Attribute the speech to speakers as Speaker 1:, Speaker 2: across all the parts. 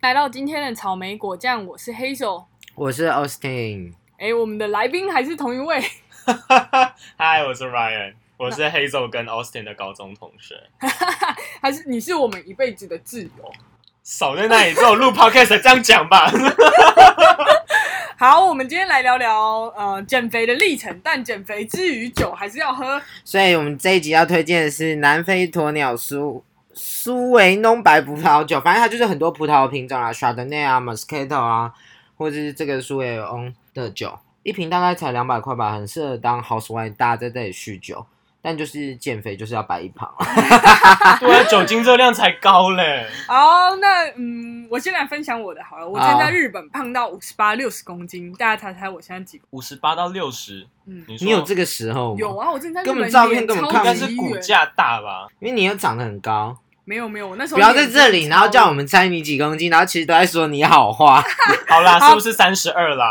Speaker 1: 来到今天的草莓果酱，我是 Hazel。
Speaker 2: 我是 Austin，
Speaker 1: 哎，我们的来宾还是同一位，
Speaker 3: 嗨，我是 Ryan，我是 Hazel 跟 Austin 的高中同学。
Speaker 1: 还是你是我们一辈子的挚友。
Speaker 3: 少在那里只有录 podcast 这样讲吧。
Speaker 1: 好，我们今天来聊聊呃减肥的历程，但减肥之余酒还是要喝。
Speaker 2: 所以我们这一集要推荐的是南非鸵鸟苏苏维农白葡萄酒，反正它就是很多葡萄的品种啊，s h a r d o n n a y 啊，Moscato 啊，或者是这个苏维翁的酒，一瓶大概才两百块吧，很适合当 housewife，大家在这里酗酒，但就是减肥就是要摆一旁。
Speaker 3: 对啊，酒精热量才高嘞。
Speaker 1: 好，那嗯，我先来分享我的好了。我曾
Speaker 2: 好
Speaker 1: 在日本胖到五十八、六十公斤，大家猜猜我现在几公
Speaker 3: 五十八到六十，
Speaker 1: 嗯，
Speaker 3: 你说
Speaker 2: 你有这个时候吗？
Speaker 1: 有，啊，我正在日
Speaker 2: 根本
Speaker 1: 本
Speaker 2: 照
Speaker 1: 脸
Speaker 2: 片根本
Speaker 1: 超
Speaker 2: 看
Speaker 3: 应
Speaker 2: 不
Speaker 3: 该
Speaker 1: 级
Speaker 3: 是股
Speaker 1: 远
Speaker 3: 价大吧？
Speaker 2: 因为你又长得很高，
Speaker 1: 没有没有，我那时候
Speaker 2: 不要在
Speaker 1: 脸
Speaker 2: 这里，
Speaker 1: 超
Speaker 2: 然后叫我们猜你几公斤，然后其实都在说你好话。
Speaker 3: 好啦，是不是三十二 啦？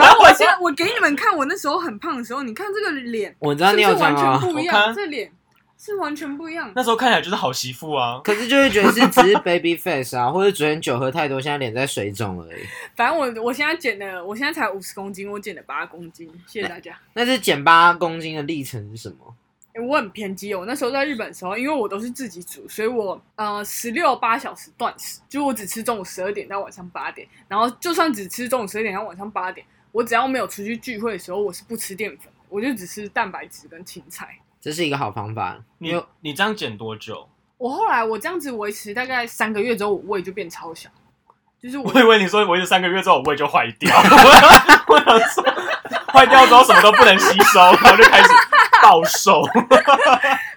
Speaker 1: 然后我现在我给你们看我那时候很胖的时候，你看这个脸
Speaker 2: 我知道
Speaker 1: 是
Speaker 2: 你
Speaker 1: 不
Speaker 2: 有
Speaker 1: 是
Speaker 2: 讲
Speaker 1: 完
Speaker 2: 啊
Speaker 1: 全，不一
Speaker 3: 我
Speaker 1: 样？
Speaker 3: 看
Speaker 1: 这脸是完全不一样。
Speaker 3: 那时候看起来就是好媳妇啊。
Speaker 2: 可是就会觉得是只是 baby face 啊，或 者昨天酒喝太多，现在脸在水肿而已。
Speaker 1: 反正我我现在减了，我现在才五十公斤，我减了八公斤，谢谢大家。
Speaker 2: 那这减八公斤的历程是什么？
Speaker 1: 欸我很偏激哦，我那时候在日本的时候，因为我都是自己煮，所以我呃十六八小时断食，就我只吃中午十二点到晚上八点，然后就算只吃中午十二点到晚上八点，我只要没有出去聚会的时候，我是不吃淀粉，我就只吃蛋白质跟青菜。
Speaker 2: 这是一个好方法，
Speaker 3: 你
Speaker 2: 因为
Speaker 3: 你这样减多久？
Speaker 1: 我后来我这样子维持大概三个月之后，我胃就变超小，就是我
Speaker 3: 我以为你说维持三个月之后我胃就坏掉， 我想说 坏掉之后什么都不能吸收，然后就开始暴瘦。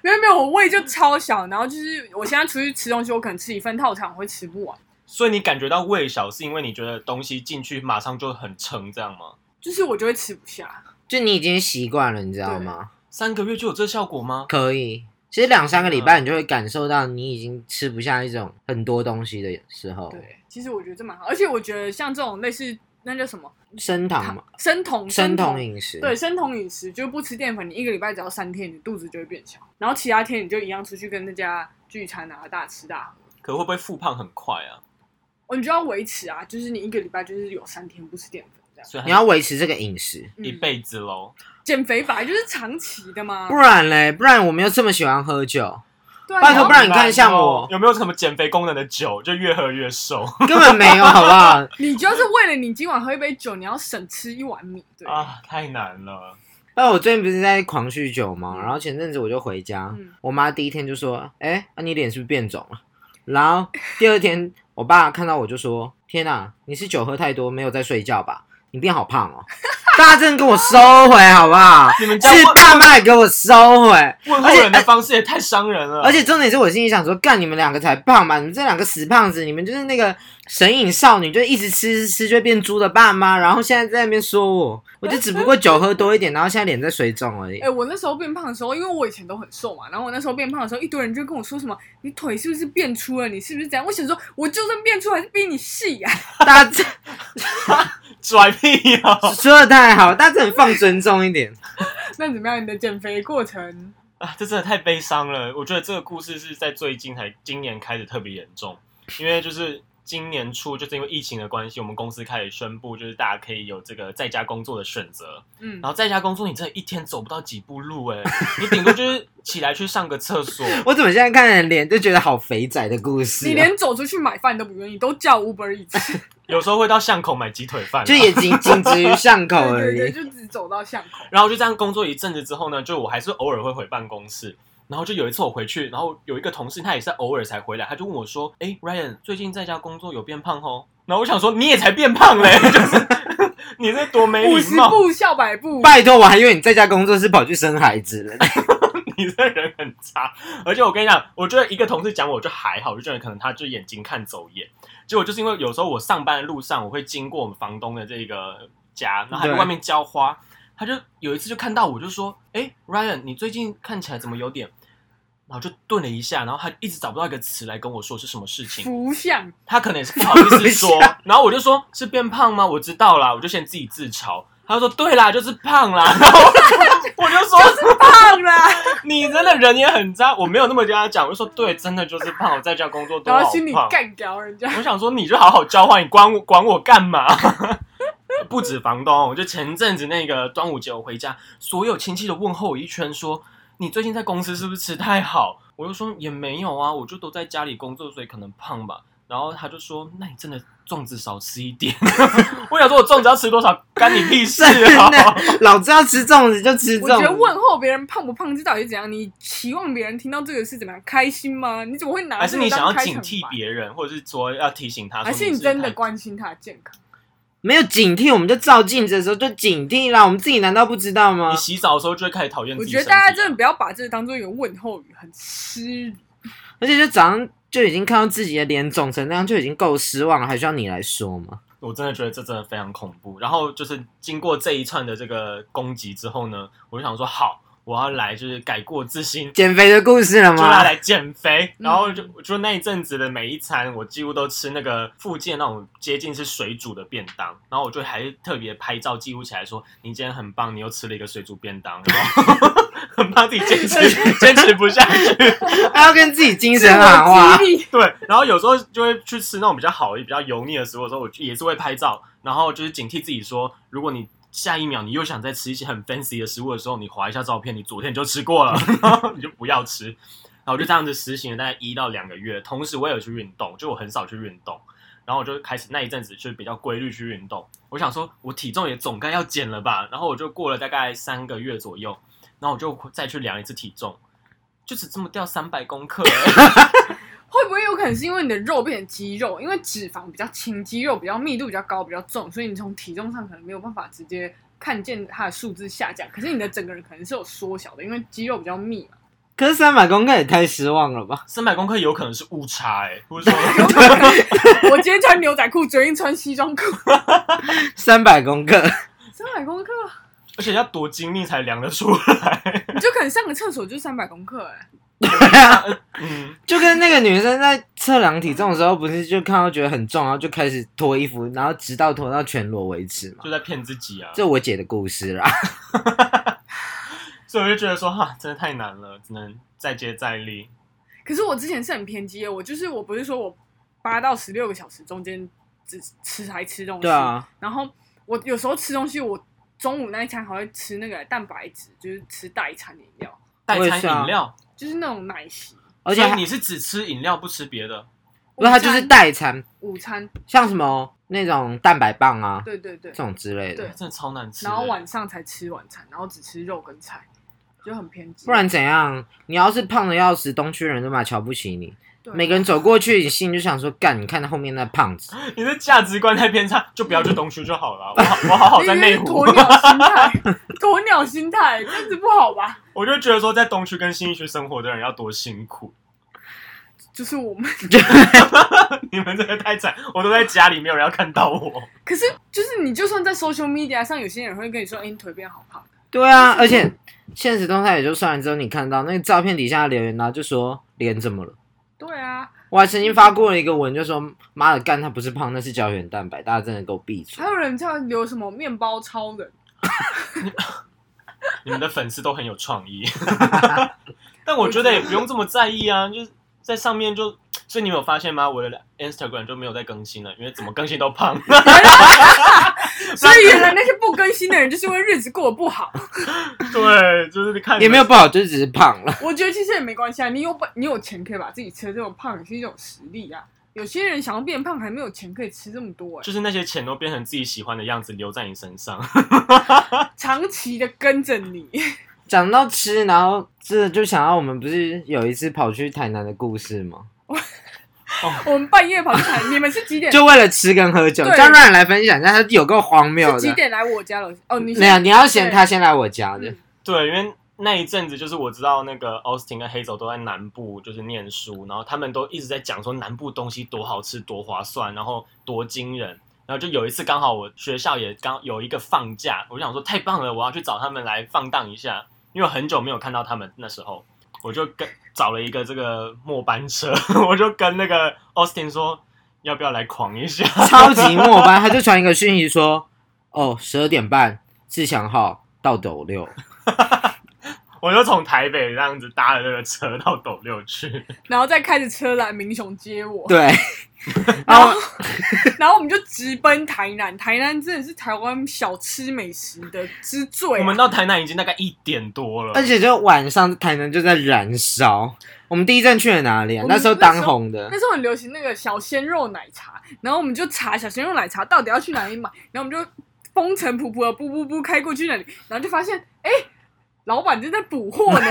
Speaker 1: 没有没有，我胃就超小，然后就是我现在出去吃东西，我可能吃一份套餐我会吃不完，
Speaker 3: 所以你感觉到胃小，是因为你觉得东西进去马上就很撑，这样吗？
Speaker 1: 就是我就会吃不下。
Speaker 2: 就你已经习惯了，你知道吗？
Speaker 3: 三个月就有这效果吗？
Speaker 2: 可以，其实两三个礼拜你就会感受到你已经吃不下一种很多东西的时候，
Speaker 1: 对，其实我觉得这蛮好，而且我觉得像这种类似那叫什么？
Speaker 2: 升糖嘛，
Speaker 1: 生酮，
Speaker 2: 生酮
Speaker 1: 酮，
Speaker 2: 饮食，
Speaker 1: 对，生酮饮食就是不吃淀粉，你一个礼拜只要三天，你肚子就会变小，然后其他天你就一样出去跟那家聚餐啊，大吃大喝。
Speaker 3: 可会不会复胖很快啊？
Speaker 1: 哦，你就要维持啊，就是你一个礼拜就是有三天不吃淀粉这样。
Speaker 3: 所以
Speaker 2: 你要维持这个饮食，
Speaker 3: 一
Speaker 1: 嗯
Speaker 3: 辈子喽。
Speaker 1: 减肥本来就是长期的嘛
Speaker 2: 不，然嘞，不然我们又这么喜欢喝酒，
Speaker 1: 对啊，
Speaker 2: 拜
Speaker 1: 你
Speaker 2: 托
Speaker 1: 要
Speaker 2: 不然你看像我
Speaker 3: 哦有没有什么减肥功能的酒，就越喝越瘦
Speaker 2: 根本没有，好不好？
Speaker 1: 你就是为了你今晚喝一杯酒，你要省吃一碗米，对，
Speaker 3: 啊？太难了。
Speaker 2: 那哦我最近不是在狂酗酒吗？然后前阵子我就回家，
Speaker 1: 嗯
Speaker 2: 我妈第一天就说：“哎、啊你脸是不是变肿了？”然后第二天，我爸看到我就说：“天哪、你是酒喝太多，没有在睡觉吧？你变好胖 哦！”大家真的给我收回好不好？
Speaker 3: 你们家
Speaker 1: 哎
Speaker 2: 是
Speaker 3: 问
Speaker 2: 爸妈也给我收回，
Speaker 3: 问候人的方式也太伤人了。
Speaker 2: 而且重点是我心里想说，干你们两个才胖吧，你们这两个死胖子，你们就是那个神隐少女，就一直吃吃吃就会变猪的爸妈，然后现在在那边说我，我就只不过酒喝多一点，然后现在脸在水肿而已
Speaker 1: 哎、。我那时候变胖的时候，因为我以前都很瘦嘛，然后我那时候变胖的时候，一堆人就跟我说什么“你腿是不是变粗了？你是不是这样？”我想说，我就算变粗，还是比你细啊呀、
Speaker 2: 大家。
Speaker 3: 拽屁哦！
Speaker 2: 说的太好，大家很放尊重一点。
Speaker 1: 那怎么样？你的减肥过程？
Speaker 3: 啊，这真的太悲伤了。我觉得这个故事是在最近才今年开始特别严重，因为就是今年初就是因为疫情的关系，我们公司开始宣布，就是大家可以有这个在家工作的选择。
Speaker 1: 嗯，
Speaker 3: 然后在家工作，你真的一天走不到几步路哎、你顶多就是起来去上个厕所，
Speaker 2: 我怎么现在看人脸就觉得好肥仔的故事、
Speaker 1: 你
Speaker 2: 啊，
Speaker 1: 连走出去买饭都不愿意，都叫 Uber Eats，
Speaker 3: 有时候会到巷口买鸡腿饭啊，
Speaker 2: 就也仅仅止于巷口 而
Speaker 1: 对对对，
Speaker 2: 已。
Speaker 1: 就只走到巷口。
Speaker 3: 然后就这样工作一阵子之后呢，就我还是偶尔会回办公室。然后就有一次我回去，然后有一个同事他也是偶尔才回来，他就问我说：“哎，Ryan 最近在家工作有变胖哦？”然后我想说你也才变胖嘞， 就是你这多 没
Speaker 1: 五
Speaker 3: 礼
Speaker 1: 十
Speaker 3: 貌，
Speaker 1: 步笑百步，
Speaker 2: 拜托，我还以为你在家工作是跑去生孩子了。
Speaker 3: 你这人很差。而且我跟你讲，我觉得一个同事讲我就还好，我就觉得可能他就眼睛看走眼。结果就是因为有时候我上班的路上，我会经过我们房东的这个家，然后他在
Speaker 2: 对
Speaker 3: 外面浇花，他就有一次就看到我，就说：“哎，Ryan，你最近看起来怎么有点……”然后就顿了一下，然后他一直找不到一个词来跟我说是什么事情，
Speaker 1: 福 相。
Speaker 3: 他可能也是不好意思
Speaker 2: 我
Speaker 3: 说
Speaker 2: 一下，
Speaker 3: 然后我就说是变胖吗？我知道啦，我就先自己自嘲，他说对啦，就是胖啦。然后 我就我就说
Speaker 1: 胖啦，
Speaker 3: 你真的人也很渣，我没有那么跟他讲，我就说对，真的就是胖，我在家工作 都
Speaker 1: 然
Speaker 3: 好
Speaker 1: 后心里
Speaker 3: 胖。
Speaker 1: 干掉人家。
Speaker 3: 我想说，你就好好交换，你管我管我干嘛？ 不止房东，就前阵子那个端午节我回家，所有亲戚都问候我一圈说你最近在公司是不是吃太好？我就说也没有啊，我就都在家里工作，所以可能胖吧。然后他就说：“那你真的粽子少吃一点。” 我想说，我粽子要吃多少，干你屁事啊！
Speaker 2: 老子要吃粽子就吃
Speaker 1: 我觉
Speaker 2: 粽
Speaker 1: 得
Speaker 2: 子，
Speaker 1: 问候别人胖不胖，这到底是怎样？你期望别人听到这个是怎么样开心吗？你怎么会拿？
Speaker 3: 还是你想要警惕？别人，或者是说要提醒他？
Speaker 1: 还
Speaker 3: 说
Speaker 1: 是你真的
Speaker 3: 太
Speaker 1: 关心他的健康？
Speaker 2: 没有警惕，我们就照镜子的时候就警惕啦。我们自己难道不知道吗
Speaker 3: 你？洗澡的时候就会开始讨厌
Speaker 1: 啊我
Speaker 3: 自己
Speaker 1: 觉
Speaker 3: 身
Speaker 1: 得
Speaker 3: 体
Speaker 1: 大
Speaker 3: 啊。
Speaker 1: 家真的不要把这个当做一个问候语，很失礼。
Speaker 2: 而且就早上就已经看到自己的脸肿成那样，就已经够失望了，还需要你来说吗？
Speaker 3: 我真的觉得这真的非常恐怖。然后就是经过这一串的这个攻击之后呢，我就想说好，我要来就是改过自新，
Speaker 2: 减肥的故事了
Speaker 3: 就要
Speaker 2: 吗？
Speaker 3: 来减肥。
Speaker 1: 啊嗯
Speaker 3: 然后就就那一阵子的每一餐，我几乎都吃那个附近那种接近是水煮的便当。然后我就还特别拍照记录起来说，你今天很棒，你又吃了一个水煮便当，然后 很怕自己坚 持坚持不下去。
Speaker 2: 还要跟自己精
Speaker 1: 自
Speaker 2: 神 喊
Speaker 1: 我
Speaker 2: 话
Speaker 1: 激。励，
Speaker 3: 对，然后有时候就会去吃那种比较好、比较油腻的食物的时候，我就也是会拍照，然后就是警惕自己说，如果你下一秒你又想再吃一些很 fancy 的食物的时候，你划一下照片，你昨天就吃过了， 然后你就不要吃。然后我就这样子实行了大概一到两个月，同时我也有去运动，就我很少去运动，然后我就开始那一阵子就比较规律去运动。我想说，我体重也总该要减了吧，然后我就过了大概三个月左右，然后我就再去量一次体重，就只这么掉三百公克、欸
Speaker 1: 会不会有可能是因为你的肉变成肌肉？因为脂肪比较轻，肌肉比较密度比较高，比较重，所以你从体重上可能没有办法直接看见它的数字下降。可是你的整个人可能是有缩小的，因为肌肉比较密嘛。
Speaker 2: 可是三百公克也太失望了吧？
Speaker 3: 三百公克有可能是误差、欸，哎，或者
Speaker 1: 有
Speaker 3: 说
Speaker 1: 可 能我今天穿牛仔裤，昨天穿西装裤，
Speaker 2: 三百公克，
Speaker 1: 三百公克，
Speaker 3: 而且要多精密才量得出来。
Speaker 1: 你就可能上个厕所就三百公克哎、
Speaker 3: 嗯，
Speaker 2: 就跟那个女生在测量体重的时候，不是就看到觉得很重，然后就开始脱衣服，然后直到脱到全裸为止嘛。
Speaker 3: 就在骗自己啊。
Speaker 2: 这我姐的故事啦，
Speaker 3: 所以我就觉得说，哈，真的太难了，只能再接再厉。
Speaker 1: 可是我之前是很偏激的，我就是我不是说我八到十六个小时中间只吃还吃
Speaker 3: 哦
Speaker 1: 东西，
Speaker 2: 对啊，
Speaker 1: 然后我有时候吃东西，我中午那一餐还会吃那个蛋白质，就是吃代餐饮料，
Speaker 3: 代
Speaker 2: 我也
Speaker 3: 餐
Speaker 2: 是啊
Speaker 3: 饮料，
Speaker 1: 就是那种奶昔。
Speaker 2: 而且
Speaker 3: 所以
Speaker 2: 还
Speaker 3: 你是只吃饮料不吃别的，
Speaker 2: 不是它就
Speaker 1: 午
Speaker 2: 是
Speaker 1: 餐
Speaker 2: 代餐，
Speaker 1: 午餐，
Speaker 2: 像什么那种蛋白棒啊
Speaker 1: 对对对
Speaker 2: 这。种之类的
Speaker 1: 对，
Speaker 3: 真的超难吃的。
Speaker 1: 然后晚上才吃晚餐，然后只吃肉跟菜，就很偏激。
Speaker 2: 不然怎样？你要是胖的要死，东区人都嘛瞧不起你，
Speaker 1: 对
Speaker 2: 每个人走过去，你心里就想说，干，你看他后面那胖 子，
Speaker 3: 你的价值观太偏差，就不要去东区就好了。我好，我好好在内湖
Speaker 1: 鸵，鸟心态，鸵鸟心态，这样子不好吧？
Speaker 3: 我就觉得说，在东区跟新一区生活的人要多辛苦。
Speaker 1: 就是我们，
Speaker 3: 你们真的太惨，我都在家里，没有人要看到我。
Speaker 1: 可是就是你，就算在 social media 上，有些人会跟你说：“哎、你腿变好胖。
Speaker 2: 对啊，而且现实动态也就算了，只有你看到那个照片底下的留言，然后就说脸怎么了？”
Speaker 1: 对啊，
Speaker 2: 我还曾经发过一个文，就说妈的干，他不是胖，那是胶原蛋白，大家真的给我闭嘴
Speaker 1: 还。有人叫留什么面包超人，
Speaker 3: 你们的粉丝都很有创 意，但我觉得也不用这么在意啊，就是在上面就，所以你们有发现吗？我的 Instagram 就没有再更新了，因为怎么更新都胖，
Speaker 1: 所以原来那些不更新的人，就是因为日子过得不好。
Speaker 3: 对，就是看
Speaker 2: 也没有不好，就只是胖了。
Speaker 1: 我觉得其实也没关系啊，你有本，你有钱可以把自己吃得这么胖，也是一种实力啊。有些人想要变胖，还没有钱可以吃这么多、欸
Speaker 3: 就是那些钱都变成自己喜欢的样子留在你身上，
Speaker 1: 哎，长期的跟着你。
Speaker 2: 讲到吃，然后这就想到我们不是有一次跑去台南的故事吗？
Speaker 1: 我们半夜跑去谈，你们是几点？
Speaker 2: 就为了吃跟喝酒，
Speaker 1: 对
Speaker 2: 叫让你来分享一下，他有够荒谬
Speaker 1: 是几
Speaker 2: 的。
Speaker 1: 点来我家楼下？哦，你
Speaker 2: 没有，
Speaker 1: 先
Speaker 2: 你要嫌他先来我家的
Speaker 1: 嗯，
Speaker 3: 对，因为。那一阵子就是我知道那个 Austin 跟 Hazel 都在南部，就是念书，然后他们都一直在讲说南部东西多好吃、多划算，然后多惊人。然后就有一次刚好我学校也刚有一个放假，我就想说太棒了，我要去找他们来放荡一下，因为我很久没有看到他们那时候，我就跟找了一个这个末班车， 我就跟那个 Austin 说要不要来狂一下，
Speaker 2: 超级末班，他就传一个讯息说，哦，十二点半志祥号到斗六，
Speaker 3: 我就从台北这样子搭了那个车到斗六去，
Speaker 1: 然后再开着车来民雄接我，
Speaker 2: 对，
Speaker 1: 然
Speaker 2: 然后
Speaker 1: 后然后我们就直奔台南，台南真的是台湾小吃美食的之最啊、
Speaker 3: 我们到台南已经大概一点多了，
Speaker 2: 而且就晚上台南就在燃烧。我们第一站去了哪里啊
Speaker 1: 我？们
Speaker 2: 那时候当红的
Speaker 1: 那时候很流行那个小鲜肉奶茶，然后我们就查小鲜肉奶茶到底要去哪里 买，然后我们就风尘仆仆的步步步开过去那里，然后就发现，哎、老板正在补货 呢。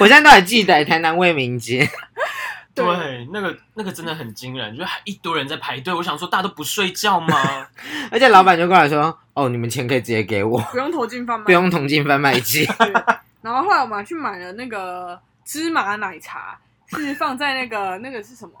Speaker 2: 我现在都还记得台南为民街，
Speaker 1: 对
Speaker 3: 对，那个那个真的很惊人，就是一堆人在排队。我想说，大家都不睡 觉吗？
Speaker 2: 而且老板就过来说：“哦，你们钱可以直接给 我，
Speaker 1: 不用投进贩卖
Speaker 2: 不。用同进贩卖机。
Speaker 1: 对然后后来我们还去买了那个芝麻奶茶，是放在那个那个是什么？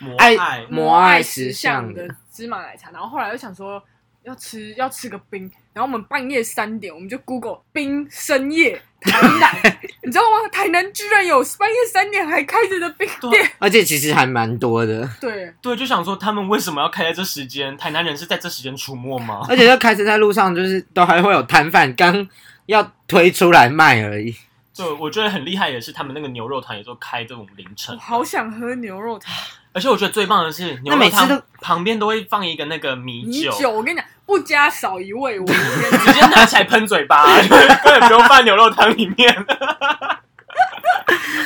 Speaker 3: 摩
Speaker 2: 爱
Speaker 3: 爱
Speaker 2: 摩爱
Speaker 1: 石
Speaker 2: 石
Speaker 1: 像
Speaker 2: 像
Speaker 1: 的
Speaker 2: 的
Speaker 1: 芝麻奶茶，然后后来又想说要吃要吃个冰，然后我们半夜三点我们就 Google 冰深夜台 南，你知道吗？台南居然有半夜三点还开着的冰店，”
Speaker 2: 而且其实还蛮多的，
Speaker 1: 对，
Speaker 3: 对，就想说他们为什么要开在这时间？台南人是在这时间出没吗？
Speaker 2: 而且就开车在路上，就是都还会有摊贩刚要推出来卖而 已。
Speaker 3: 对，我觉得很厉害，也是他们那个牛肉汤也都开这种凌
Speaker 1: 我
Speaker 3: 晨，
Speaker 1: 好想喝牛肉汤
Speaker 3: 而且我觉得最棒的是牛
Speaker 2: 那
Speaker 3: 肉
Speaker 2: 每次
Speaker 3: 汤
Speaker 2: 都
Speaker 3: 旁边都会放一个那个米
Speaker 1: 米
Speaker 3: 酒，
Speaker 1: 酒，我跟你讲，不加少一味，我先
Speaker 3: 直接拿起来喷嘴巴， 根本不用放牛肉汤里面。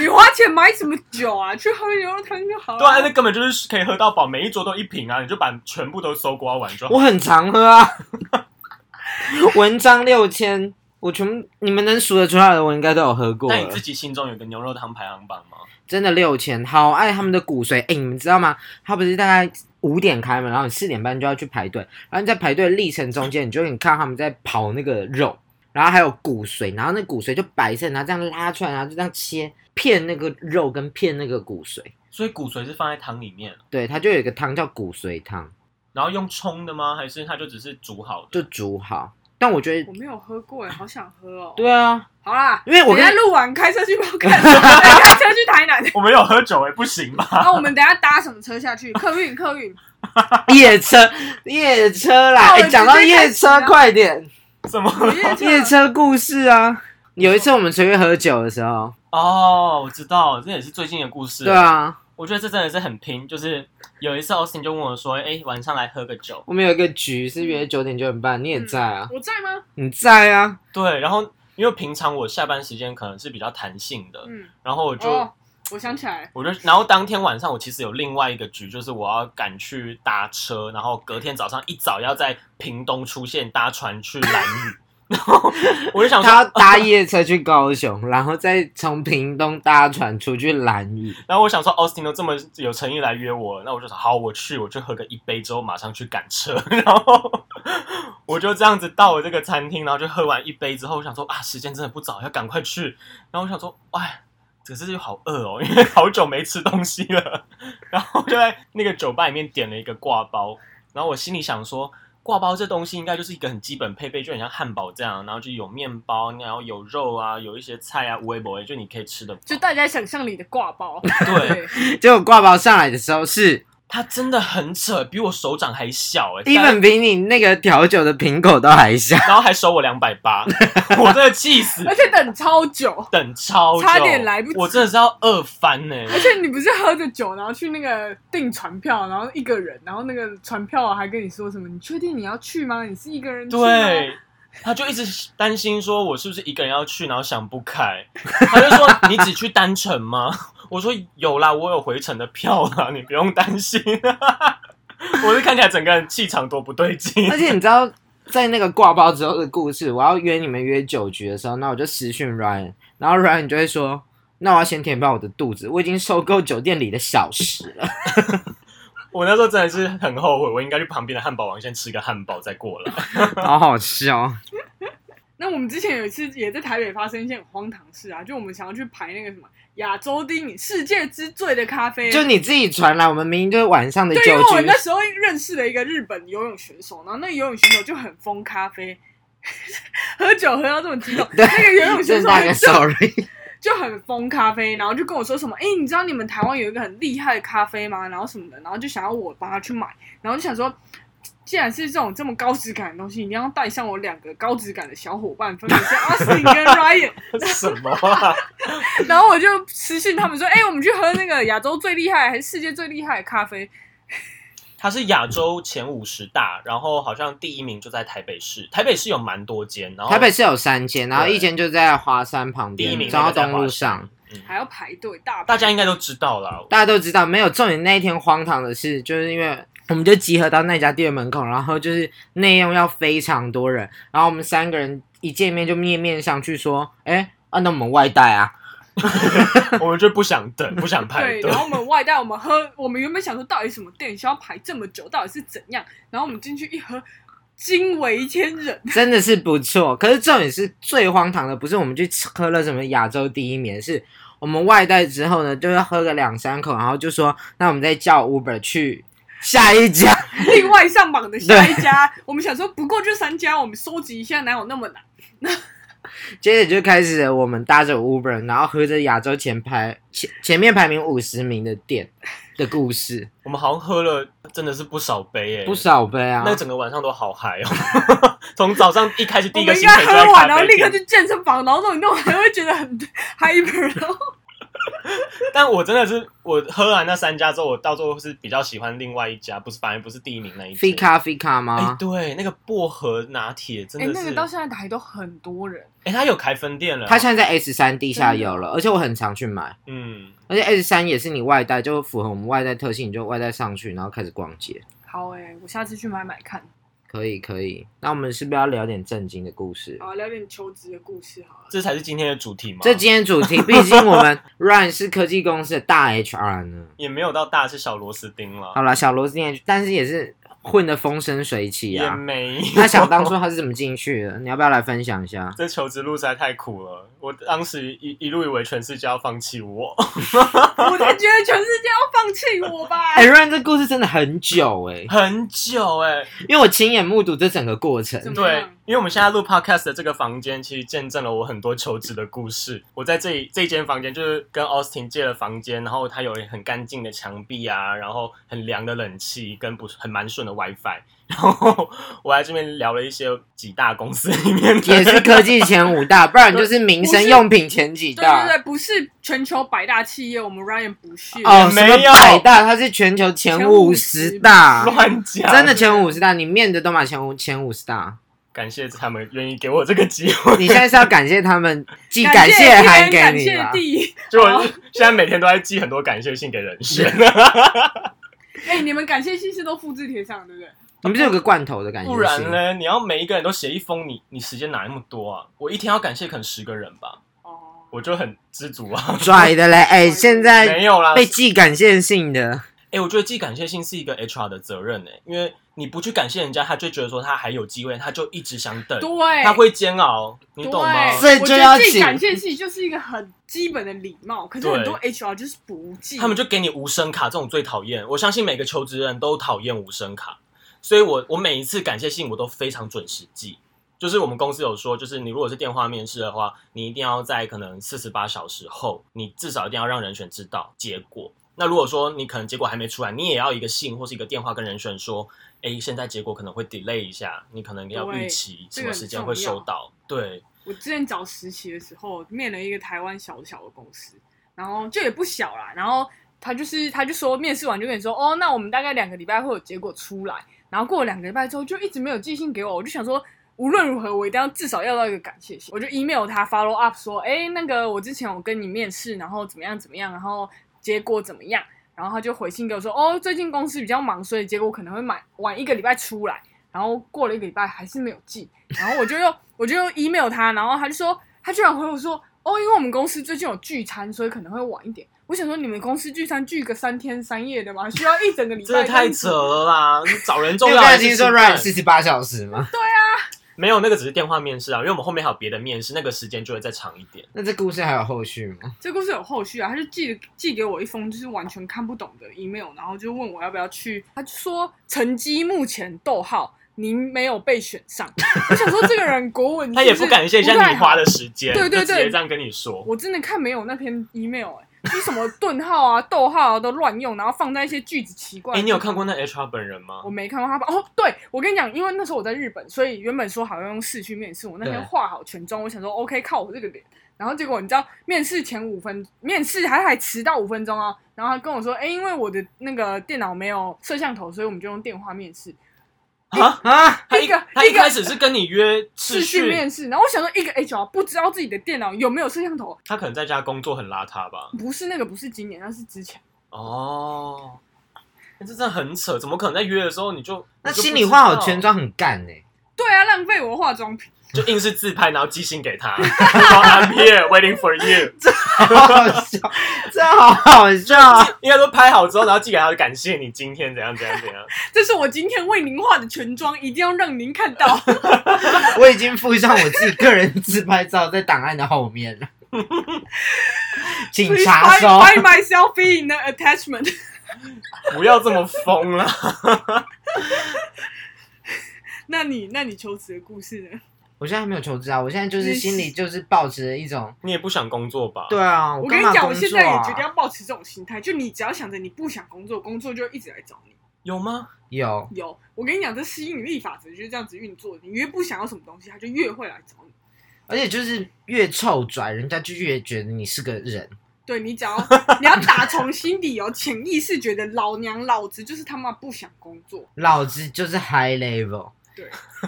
Speaker 1: 你花钱买什么酒啊？去喝牛肉汤就好
Speaker 3: 对啊，那
Speaker 1: 了。
Speaker 3: 根本就是可以喝到饱，每一桌都一瓶啊，你就把全部都搜刮完就好
Speaker 2: 我。很常喝啊， 文章六千，我全部你们能数得出来的，我应该都有喝过
Speaker 3: 那你
Speaker 2: 了
Speaker 3: 自。己心中有个牛肉汤排行榜吗？
Speaker 2: 真的六千，好爱他们的骨髓。哎、你们知道吗？他不是大概五点开门，然后你四点半就要去排队，然后你在排队的历程中间，你就会看到他们在刨那个肉，然后还有骨髓，然后那骨髓就白色，然后这样拉出来，然后就这样切片那个肉跟片那个骨髓。
Speaker 3: 所以骨髓是放在汤里面，
Speaker 2: 对，它就有一个汤叫骨髓汤，
Speaker 3: 然后用冲的吗？还是它就只是煮好的？
Speaker 2: 就煮好。但我觉
Speaker 1: 我
Speaker 2: 得，
Speaker 1: 没有喝过哎，好想喝哦。
Speaker 2: 对啊，
Speaker 1: 好啦，
Speaker 2: 因为我
Speaker 1: 等一
Speaker 2: 跟
Speaker 1: 下录完开车去报看， 再开车去台南。
Speaker 3: 我们有喝酒哎、不行吧？
Speaker 1: 然后我们等一下搭什么车下去？客运，客运。
Speaker 2: 夜车，夜车
Speaker 1: 那
Speaker 2: 啦！
Speaker 1: 我
Speaker 2: 哎、
Speaker 1: 们
Speaker 2: 讲到
Speaker 1: 直接开
Speaker 2: 夜
Speaker 1: 始
Speaker 2: 车
Speaker 1: 啊，
Speaker 2: 快点，
Speaker 3: 什么？
Speaker 1: 嗯
Speaker 2: 夜车故事啊！有一次我们随便喝酒的时候，
Speaker 3: 哦，我知道，这也是最近的故事。
Speaker 2: 对，啊，
Speaker 3: 我觉得这真的是很拼。就是有一次 Austin 就问我说：“哎、晚上来喝个酒。
Speaker 2: 我们有一个局是约九点九点半，你也在啊，
Speaker 1: 我在吗？
Speaker 2: 你在啊，”
Speaker 3: 对，然后因为平常我下班时间可能是比较弹性的，
Speaker 1: 嗯，
Speaker 3: 然后我就、
Speaker 1: 哦，我想起来，
Speaker 3: 我就，然后当天晚上我其实有另外一个局，就是我要赶去搭车，然后隔天早上一早要在屏东出现，搭船去兰 屿。然后我就
Speaker 1: 哦
Speaker 3: 想
Speaker 2: 他要
Speaker 3: 说，
Speaker 2: 搭夜车去高雄，然后再从屏东搭船出去兰 屿。
Speaker 3: 然后我想说，Austin 都这么有诚意来约我了，那我就说好，我去，我就喝个一杯之后马上去赶车。 然后我就这样子到我这个餐厅，然后就喝完一杯之后，我想说啊，时间真的不早，要赶快去。然后我想说，哎，可是又好饿哦，因为好久没吃东西了。然后就在那个酒吧里面点了一个挂包，然后我心里想说，挂包这东西应该就是一个很基本配备，就很像汉堡这样，然后就有面包，然后有肉啊，有一些菜啊，无微不微，就你可以吃的。
Speaker 1: 就大家想象里的挂包。
Speaker 3: 对。
Speaker 2: 结果挂包上来的时候是
Speaker 3: 它真的很扯，比我手掌还小哎、欸大概
Speaker 2: ，even 比你那个调酒的瓶口都还小。
Speaker 3: 然后还收我两百八，我真的气死，
Speaker 1: 而且等超久，
Speaker 3: 等超久，
Speaker 1: 差点来不及
Speaker 3: 我真的是要饿翻欸呢、
Speaker 1: 而且你不是喝着酒，然后去那个订船票，然后一个人，然后那个船票还跟你说什么？你确定你要去吗？你是一个人去吗？
Speaker 3: 对，他就一直担心说我是不是一个人要去，然后想不开，他就说你只去单程吗？我说有啦，我有回程的票啦，你不用担心。我是看起来整个人气场多不对劲，
Speaker 2: 而且你知道，在那个挂包之后的故事，我要约你们约酒局的时候，那我就私讯 Ryan，然后 Ryan 就会说：“那我要先填饱我的肚子，我已经受够酒店里的小 食了。
Speaker 3: 我那时候真的是很后悔，我应该去旁边的汉堡王先吃个汉堡再过来。”
Speaker 2: 好好笑。
Speaker 1: 那我们之前有一次也在台北发生一件很荒唐事啊，就我们想要去排那个什么亚洲电影世界之最的咖啡，
Speaker 2: 就你自己传来，我们明明就是晚上的
Speaker 1: 嗯
Speaker 2: 酒
Speaker 1: 对，因为我
Speaker 2: 局
Speaker 1: 那，时候认识了一个日本游泳选手，然后那个游泳选手就很疯咖啡， 喝酒喝到这么激动，
Speaker 2: 对
Speaker 1: 那个游泳选
Speaker 2: 正
Speaker 1: 手
Speaker 2: 大个
Speaker 1: 就
Speaker 2: sorry。
Speaker 1: 就很疯咖啡，然后就跟我说什么，哎、你知道你们台湾有一个很厉害的咖啡吗？然后什么的，然后就想要我帮他去买，然后就想说。既然是这种这么高质感的东西，一定要带上我两个高质感的小伙伴，分别是阿斯 林跟 Ryan。
Speaker 3: 什么啊？
Speaker 1: 然后我就私信他们说：“哎、我们去喝那个亚洲最厉害还是世界最厉害的咖啡
Speaker 3: 它是亚洲前五十大，然后好像第一名就在台北市，台北市有蛮多间，然后
Speaker 2: 台北市有三间，然后
Speaker 3: 哦对
Speaker 2: 一间就在华山旁
Speaker 3: 第一名
Speaker 2: 边，
Speaker 3: 那
Speaker 2: 走到
Speaker 3: 个在
Speaker 2: 东路
Speaker 3: 华山
Speaker 2: 上。，
Speaker 3: 嗯”
Speaker 1: 还要排队大
Speaker 3: 大
Speaker 1: 排
Speaker 3: 家应该都知道啦。
Speaker 2: 大家都知道，没有重点。那一天荒唐的是，就是因为我们就集合到那家店门口，然后就是内用要非常多人，然后我们三个人一见面就面面相觑，说：“哎、啊，那我们外带 啊。
Speaker 3: 我们就不想等，不想排
Speaker 1: 对，
Speaker 3: 队
Speaker 1: 然。后我们外带，我们喝，我们原本想说到底什么店需要排这么久，到底是怎样？然后我们进去一喝，惊为天 人。”
Speaker 2: 真的是不错。可是重点是最荒唐的，不是我们去吃喝了什么亚洲第一名，是我们外带之后呢，就要喝个两三口，然后就说：“那我们再叫 Uber 去下一家。”
Speaker 1: 另外上榜的下一家，我们想说不过就三家，我们收集一下哪有那么难？
Speaker 2: 接着就开始我们搭着 Uber，然后喝着亚洲前排前前面排名五十名的店的故事，
Speaker 3: 我们好像喝了真的是不少杯诶、
Speaker 2: 不少杯啊
Speaker 3: 那。整个晚上都好嗨哦！ 从早上一开始第
Speaker 1: 我
Speaker 3: 一个
Speaker 1: 们应
Speaker 3: 行程
Speaker 1: 该
Speaker 3: 就在
Speaker 1: 喝完，
Speaker 3: 咖
Speaker 1: 然后
Speaker 3: 啡
Speaker 1: 立刻
Speaker 3: 店，
Speaker 1: 去健身房，然后弄一弄，还会觉得 很 hyper，然后
Speaker 3: 但我真的是我喝完那三家之后，我到最后是比较喜欢另外一家，不是反而不是第一名那一家。
Speaker 2: Fika Fika
Speaker 3: 哎、
Speaker 2: 吗？
Speaker 3: 对，那个薄荷拿铁真
Speaker 1: 哎、
Speaker 3: 的
Speaker 1: 那
Speaker 3: 是，
Speaker 1: 个到现在台都很多人，
Speaker 3: 哎、他有开分店了，
Speaker 2: 它现在在 S 三地下有了，而且我很常去买，
Speaker 3: 嗯，
Speaker 2: 而且 S 三也是你外带，就符合我们外带特性，你就外带上去，然后开始逛街。
Speaker 1: 好哎、我下次去买买看。
Speaker 2: 可以可以，那我们是不是要聊点正经的故事？
Speaker 1: 好，聊点求职的故事好了。
Speaker 3: 这才是今天的主题嘛。
Speaker 2: 这今天主题，毕竟我们 Ryan 是科技公司的大 HR 呢。
Speaker 3: 也没有到大是小螺丝钉了，
Speaker 2: 好啦，小罗今天但是也是混得风生水起
Speaker 3: 也
Speaker 2: 啊，
Speaker 3: 没有。
Speaker 2: 那想当初 他是怎么进去的？你要不要来分享一下？
Speaker 3: 这求职路实在太苦了，我当时一一路以为全世界要放弃我。
Speaker 1: 我才觉得全世界要放弃我 吧。
Speaker 2: 哎、r y a n 这故事真的很久哎、
Speaker 3: 很久哎、
Speaker 2: 因为我亲眼目睹这整个过
Speaker 1: 怎
Speaker 2: 程。
Speaker 1: 么
Speaker 3: 对
Speaker 1: 样，
Speaker 3: 因为我们现在录 podcast 的这个房间，其实见证了我很多求职的故事。我在这里这间房间就是跟 Austin 借了房间，然后它有很干净的墙壁啊，然后很凉的冷气跟不很蛮顺的 WiFi，然 后我在这边聊了一些几大公司里面 的
Speaker 2: 也是科技前五大，不然就是民生用品前几
Speaker 1: 对对
Speaker 2: 大
Speaker 1: 对，不是全球百大企业，我们 Ryan 不是。
Speaker 2: 哦，
Speaker 3: 也
Speaker 2: 什
Speaker 3: 没
Speaker 2: 么
Speaker 3: 有
Speaker 2: 百大，它是全球前五十大，
Speaker 3: 乱讲，
Speaker 2: 真的前五十大，你面的都买前五前五十大。
Speaker 3: 感谢他们愿意给我这个机会。
Speaker 2: 你现在是要感谢他们，寄
Speaker 1: 感
Speaker 2: 感谢函
Speaker 1: 天，
Speaker 2: 给
Speaker 1: 感
Speaker 2: 你
Speaker 1: 谢
Speaker 2: 吧？
Speaker 1: 地。
Speaker 3: 就
Speaker 2: 哦
Speaker 3: 我现在每天都在寄很多感谢信给人 选，
Speaker 1: 哎、你们感谢信是都复制贴上，对不对？
Speaker 2: 你不是有个罐头的感觉？
Speaker 3: 不然？呢？你要每一个人都写一封，你你时间哪那么多啊？我一天要感谢可能十个人吧，
Speaker 1: 哦，
Speaker 3: 我就很知足啊。
Speaker 2: 拽的嘞！ 哎、现在
Speaker 3: 没有啦，
Speaker 2: 被寄感谢信的，
Speaker 3: 哎、我觉得寄感谢信是一个 HR 的责任呢、因为你不去感谢人家，他就觉得说他还有机会，他就一直想等，
Speaker 1: 对，
Speaker 3: 他会煎熬，你
Speaker 1: 对，
Speaker 3: 懂吗？
Speaker 2: 所以
Speaker 1: 我
Speaker 2: 就
Speaker 1: 觉得
Speaker 2: 要
Speaker 1: 自己
Speaker 2: 请
Speaker 1: 感谢信就是一个很基本的礼貌，可是
Speaker 3: 对
Speaker 1: 很多 HR 就是不记，
Speaker 3: 他们就给你无声卡，这种最讨厌。我相信每个求职人都讨厌无声卡，所以我我每一次感谢信我都非常准时寄。就是我们公司有说，就是你如果是电话面试的话，你一定要在可能四十八小时后，你至少一定要让人选知道结果。那如果说你可能结果还没出来，你也要一个信或是一个电话跟人选说，哎，现在结果可能会 delay 一下，你可能要预期
Speaker 1: 这
Speaker 3: 什
Speaker 1: 个
Speaker 3: 么
Speaker 1: 很
Speaker 3: 时间会收到。对，
Speaker 1: 我之前找实习的时候，面了一个台湾小小的公司，然后就也不小啦，然后他就是他就说面试完就跟你说，哦，那我们大概两个礼拜会有结果出来，然后过了两个礼拜之后就一直没有寄信给我，我就想说。无论如何，我一定要至少要到一个感谢信，我就 email 他 follow up 说，哎，那个我之前有跟你面试，然后怎么样怎么样，然后结果怎么样，然后他就回信给我说，哦，最近公司比较忙，所以结果可能会晚晚一个礼拜出来，然后过了一个礼拜还是没有寄，然后我就又我就又 email 他，然后他就说，他居然回我说，哦，因为我们公司最近有聚餐，所以可能会晚一点。我想说，你们公司聚餐聚个三天三夜的吗？需要一整个礼拜？
Speaker 3: 真的太扯。了啦！你找人重
Speaker 2: 你
Speaker 3: 要
Speaker 2: 有
Speaker 3: 还
Speaker 2: 刚
Speaker 3: 是
Speaker 2: 听说
Speaker 3: 吃饭
Speaker 2: Ryan 四十八小时吗？
Speaker 3: 没有那个只是电话面试啊，因为我们后面还有别的面试，那个时间就会再长一点。
Speaker 2: 那这故事还有后续吗？
Speaker 1: 这故事有后续啊，他就寄寄给我一封就是完全看不懂的 email，然后就问我要不要去，他就说成绩目前逗号。您没有被选上， 我想说这个人国文
Speaker 3: 他也
Speaker 1: 是
Speaker 3: 不感谢一下
Speaker 1: 不太
Speaker 3: 你花
Speaker 1: 好
Speaker 3: 的时间，
Speaker 1: 对对
Speaker 3: 就直接
Speaker 1: 对
Speaker 3: 这样跟你说。
Speaker 1: 我真的看没有那篇 email 哎、就是什么顿号啊、逗号啊都乱用，然后放在一些句子奇怪。
Speaker 3: 哎、你有看？过那 HR 本人吗
Speaker 1: 我？没看过他吧？哦，对，我跟你讲，因为那时候我在日本，所以原本说好要用视去面试，我那天
Speaker 3: 对
Speaker 1: 画好全妆，我想说 OK 靠我这个脸，然后结果你知道面试前五分，面试还还迟到五分钟啊，然后他跟我说，哎，因为我的那个电脑没有摄像头，所以我们就用电话面试。
Speaker 3: 啊，
Speaker 2: 啊，
Speaker 3: 他
Speaker 1: 第一个
Speaker 3: 他
Speaker 1: 第
Speaker 3: 一
Speaker 1: 一个
Speaker 3: 开始是跟你约
Speaker 1: 视
Speaker 3: 视
Speaker 1: 讯面试，然后我想说一个 HR 不知道自己的电脑有没有摄像头，
Speaker 3: 他可能在家工作很邋遢吧？
Speaker 1: 不是那个，不是今年，那是之前。
Speaker 3: 哦，那这真的很扯，怎么可能在约的时候你就
Speaker 2: 那
Speaker 3: 你就不
Speaker 2: 心里画
Speaker 3: 知
Speaker 2: 好
Speaker 3: 道
Speaker 2: 全妆很干 哎、
Speaker 1: 对啊，浪费我的化妆品。
Speaker 3: 就硬是自拍，然后寄信给他说，I'm here waiting for you。
Speaker 2: 好好笑，这好好笑。
Speaker 3: 应该说拍好之后，然后寄给他，感谢你今天怎样怎样怎样。
Speaker 1: 这是我今天为您化的全妆，一定要让您看 到。
Speaker 2: 我已经附上我自己个人自拍照在档案的后面 了，请
Speaker 1: Please
Speaker 2: 查
Speaker 1: find
Speaker 2: 收。
Speaker 1: find myself in the attachment 。
Speaker 3: 不要这么疯了。
Speaker 1: 那你那你求职的故事呢？
Speaker 2: 我现在还没有求职啊，我现在就是心里就是抱持着一种，
Speaker 3: 你也不想工作吧？
Speaker 2: 对，啊，
Speaker 1: 我跟
Speaker 2: 干
Speaker 1: 你
Speaker 2: 嘛
Speaker 1: 讲，
Speaker 2: 工
Speaker 1: 我现
Speaker 2: 作
Speaker 1: 在也决定
Speaker 2: 啊？
Speaker 1: 要保持这种心态，就你只要想着你不想工作，工作就一直来找你。
Speaker 3: 有吗？
Speaker 2: 有，
Speaker 1: 有，我跟你讲，这吸引力法则就是这样子运作的。你越不想要什么东西，它就越会来找你。
Speaker 2: 而且就是越臭拽，人家就越觉得你是个人。
Speaker 1: 对你 只要你要打从心底有哦潜意识觉得老娘老子就是他妈不想工作，
Speaker 2: 老子就是 high level，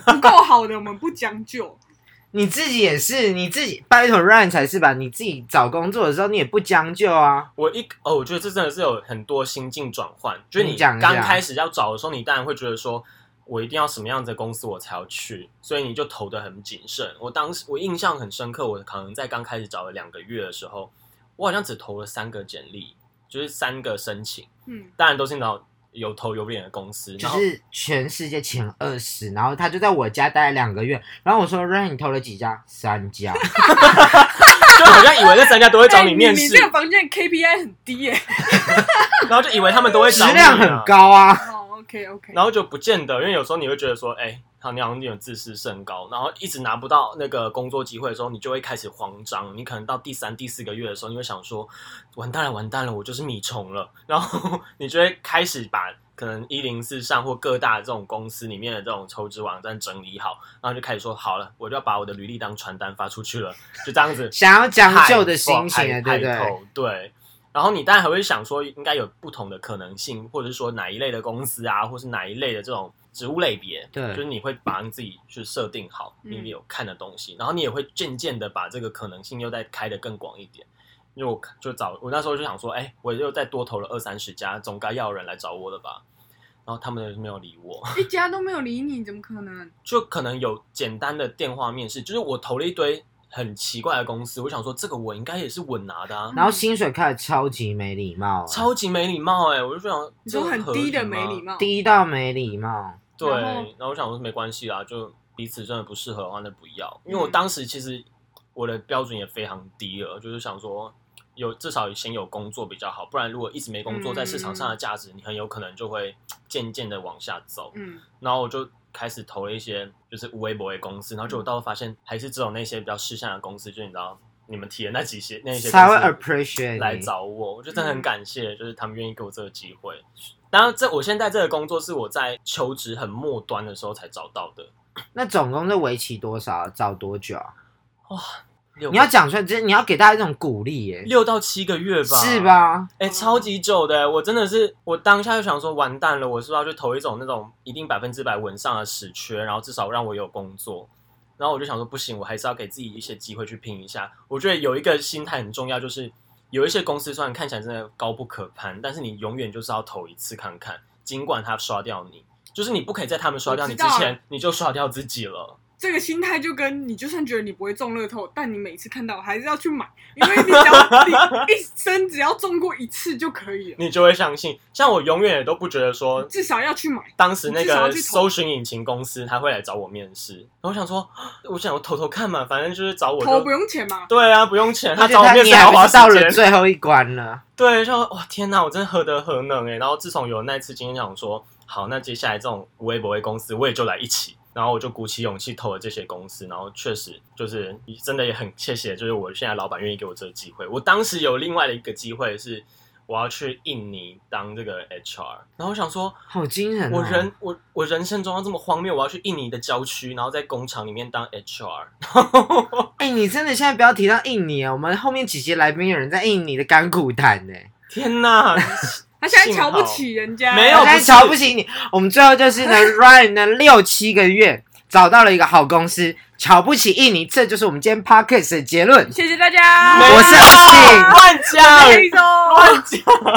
Speaker 1: 不够好的我们不将就。
Speaker 2: 你自己也是，你自己拜托 Ryan 才是吧？你自己找工作的时候你也不将就啊，
Speaker 3: 我一哦，我觉得这真的是有很多心境转换。就是
Speaker 2: 你
Speaker 3: 你
Speaker 2: 讲
Speaker 3: 刚
Speaker 2: 一下
Speaker 3: 开始要找的时候，你当然会觉得说，我一定要什么样子的公司我才要去，所以你就投的很谨慎。我当时我印象很深刻，我可能在刚开始找了两个月的时候，我好像只投了三个简历，就是三个申请，
Speaker 1: 嗯，
Speaker 3: 当然都是那种有头有脸的公司。
Speaker 2: 就
Speaker 3: 然后
Speaker 2: 是全世界前二十，然后他就在我家待了两个月，然后我说 Ryan 你投了几家？三家，
Speaker 3: 就好像以为那三家 都会 找
Speaker 1: 哎
Speaker 3: 你面
Speaker 1: 你
Speaker 3: 试
Speaker 1: 这，个房间 KPI 很低耶、
Speaker 3: 然后就以为他 们都会
Speaker 2: 质
Speaker 3: 找你、
Speaker 2: 量很。高啊。
Speaker 1: 哦，OK OK，
Speaker 3: 然后就不见得，因为有时候你会觉得说，哎、好，你好像有点自视甚高，然后一直拿不到那个工作机会的时候，你就会开始慌张。你可能到第三、第四个月的时候，你会想说，完蛋了，完蛋了，我就是米虫了。然后你就会开始把可能一零四上或各大这种公司里面的这种求职网站整理好，然后就开始说，好了，我就要把我的履历当传单发出去了，就这样子
Speaker 2: 想要将就的
Speaker 3: 派
Speaker 2: 心情啊，对
Speaker 3: 派
Speaker 2: 不对？
Speaker 3: 派头对。然后你当然还会想说，应该有不同的可能性，或者是说哪一类的公司啊，或是哪一类的这种职务类别，
Speaker 2: 对
Speaker 3: 就是你会把你自己去设定好
Speaker 1: 嗯
Speaker 3: 你有看的东西，然后你也会渐渐的把这个可能性又再开得更广一点。因为我就找我那时候就想说，哎，我又再多投了二三十家，总该要有人来找我了吧？然后他们没有理我，
Speaker 1: 一家都没有理你，怎么可能？
Speaker 3: 就可能有简单的电话面试，就是我投了一堆很奇怪的公司，我想说这个我应该也是稳拿的啊，
Speaker 2: 然后薪水开的超级没礼貌、啊，
Speaker 3: 超级没礼貌哎、我就想
Speaker 1: 你说很低的没礼，
Speaker 3: 这个合理吗
Speaker 1: 貌，
Speaker 2: 低到没礼貌。
Speaker 3: 对，
Speaker 1: 然后
Speaker 3: 然后我想说没关系啦，就彼此真的不适合的话那不要，因为
Speaker 1: 嗯
Speaker 3: 我当时其实我的标准也非常低了，就是想说。有至少先有工作比较好，不然如果一直没工作，
Speaker 1: 嗯
Speaker 3: 在市场上的价值，你很有可能就会渐渐的往下走。
Speaker 1: 嗯，
Speaker 3: 然后我就开始投了一些就是无微不微公司，然后
Speaker 2: 嗯
Speaker 3: 就我到时候发现还是只有那些比较事项的公司，就你知道你们提的那几些那些公
Speaker 2: 才会
Speaker 3: 司
Speaker 2: appreciate
Speaker 3: 来
Speaker 2: 你。嗯
Speaker 3: 找我，我就真的很感谢，就是他们愿意给我这个机会。当然这，我现在这个工作是我在求职很末端的时候才找到的。
Speaker 2: 那总共这为期多少啊？找多久啊？
Speaker 3: 六
Speaker 2: 你要讲出来，这你要给大家一种鼓励耶，
Speaker 3: 六到七个月吧？
Speaker 2: 是？吧？
Speaker 1: 哦
Speaker 3: 哎、超级久的、我真的是，我当下就想说，完蛋了，我是不是要去投一种那种一定百分之百稳上的死缺，然后至少让我有工作。然后我就想说，不行，我还是要给自己一些机会去拼一下。我觉得有一个心态很重要，就是有一些公司虽然看起来真的高不可攀，但是你永远就是要投一次看看，尽管他刷掉你，就是你不可以在他们刷掉你之
Speaker 1: 我知道
Speaker 3: 前，你就刷掉自己了。
Speaker 1: 这个心态就跟你就算觉得你不会中乐透，但你每次看到还是要去买，因为你只 要你一生只要中过一次就可以了，
Speaker 3: 你就会相信，像我永远也都不觉得说
Speaker 1: 至少要去买。
Speaker 3: 当时那
Speaker 1: 你至少要
Speaker 3: 个
Speaker 1: 去投
Speaker 3: 搜寻引擎公司，他会来找我面试，然后我想说，我想我偷偷看嘛，反正就是找我
Speaker 1: 投不
Speaker 3: 就
Speaker 1: 用钱嘛，
Speaker 3: 对啊，不用钱，他
Speaker 2: 而且
Speaker 3: 找我面
Speaker 2: 你
Speaker 3: 试还要花
Speaker 2: 还是
Speaker 3: 时
Speaker 2: 到了
Speaker 3: 间，
Speaker 2: 最后一关了，
Speaker 3: 对，就哇天哪，我真的何欸德何能哎！然后自从有了那一次经验，想说好，那接下来这种微博微公司我也就来一起，然后我就鼓起勇气投了这些公司，然后确实就是真的也很谢谢，就是我现在老板愿意给我这个机会。我当时有另外的一个机会是我要去印尼当这个 HR，然后我想说，
Speaker 2: 好惊人、哦！
Speaker 3: 我人我我人生中要这么荒谬，我要去印尼的郊区，然后在工厂里面当 HR，然后
Speaker 2: 哎、你真的现在不要提到印尼啊！我们后面几集来宾有人在印尼的甘苦谈呢、
Speaker 3: 天哪！
Speaker 1: 他现在瞧不起人家，
Speaker 3: 没有
Speaker 2: 我
Speaker 1: 他
Speaker 2: 现
Speaker 1: 现
Speaker 2: 在
Speaker 3: 不是
Speaker 2: 瞧不起你。我们最后就是 呢，Ryan 呢六七个月找到了一个好公司，瞧不起印尼，这就是我们今天 podcast 的结论
Speaker 1: 在。谢谢大家，哦
Speaker 2: 我是阿信
Speaker 3: 乱
Speaker 1: 我
Speaker 3: 讲
Speaker 1: 是黑松。
Speaker 3: 乱讲。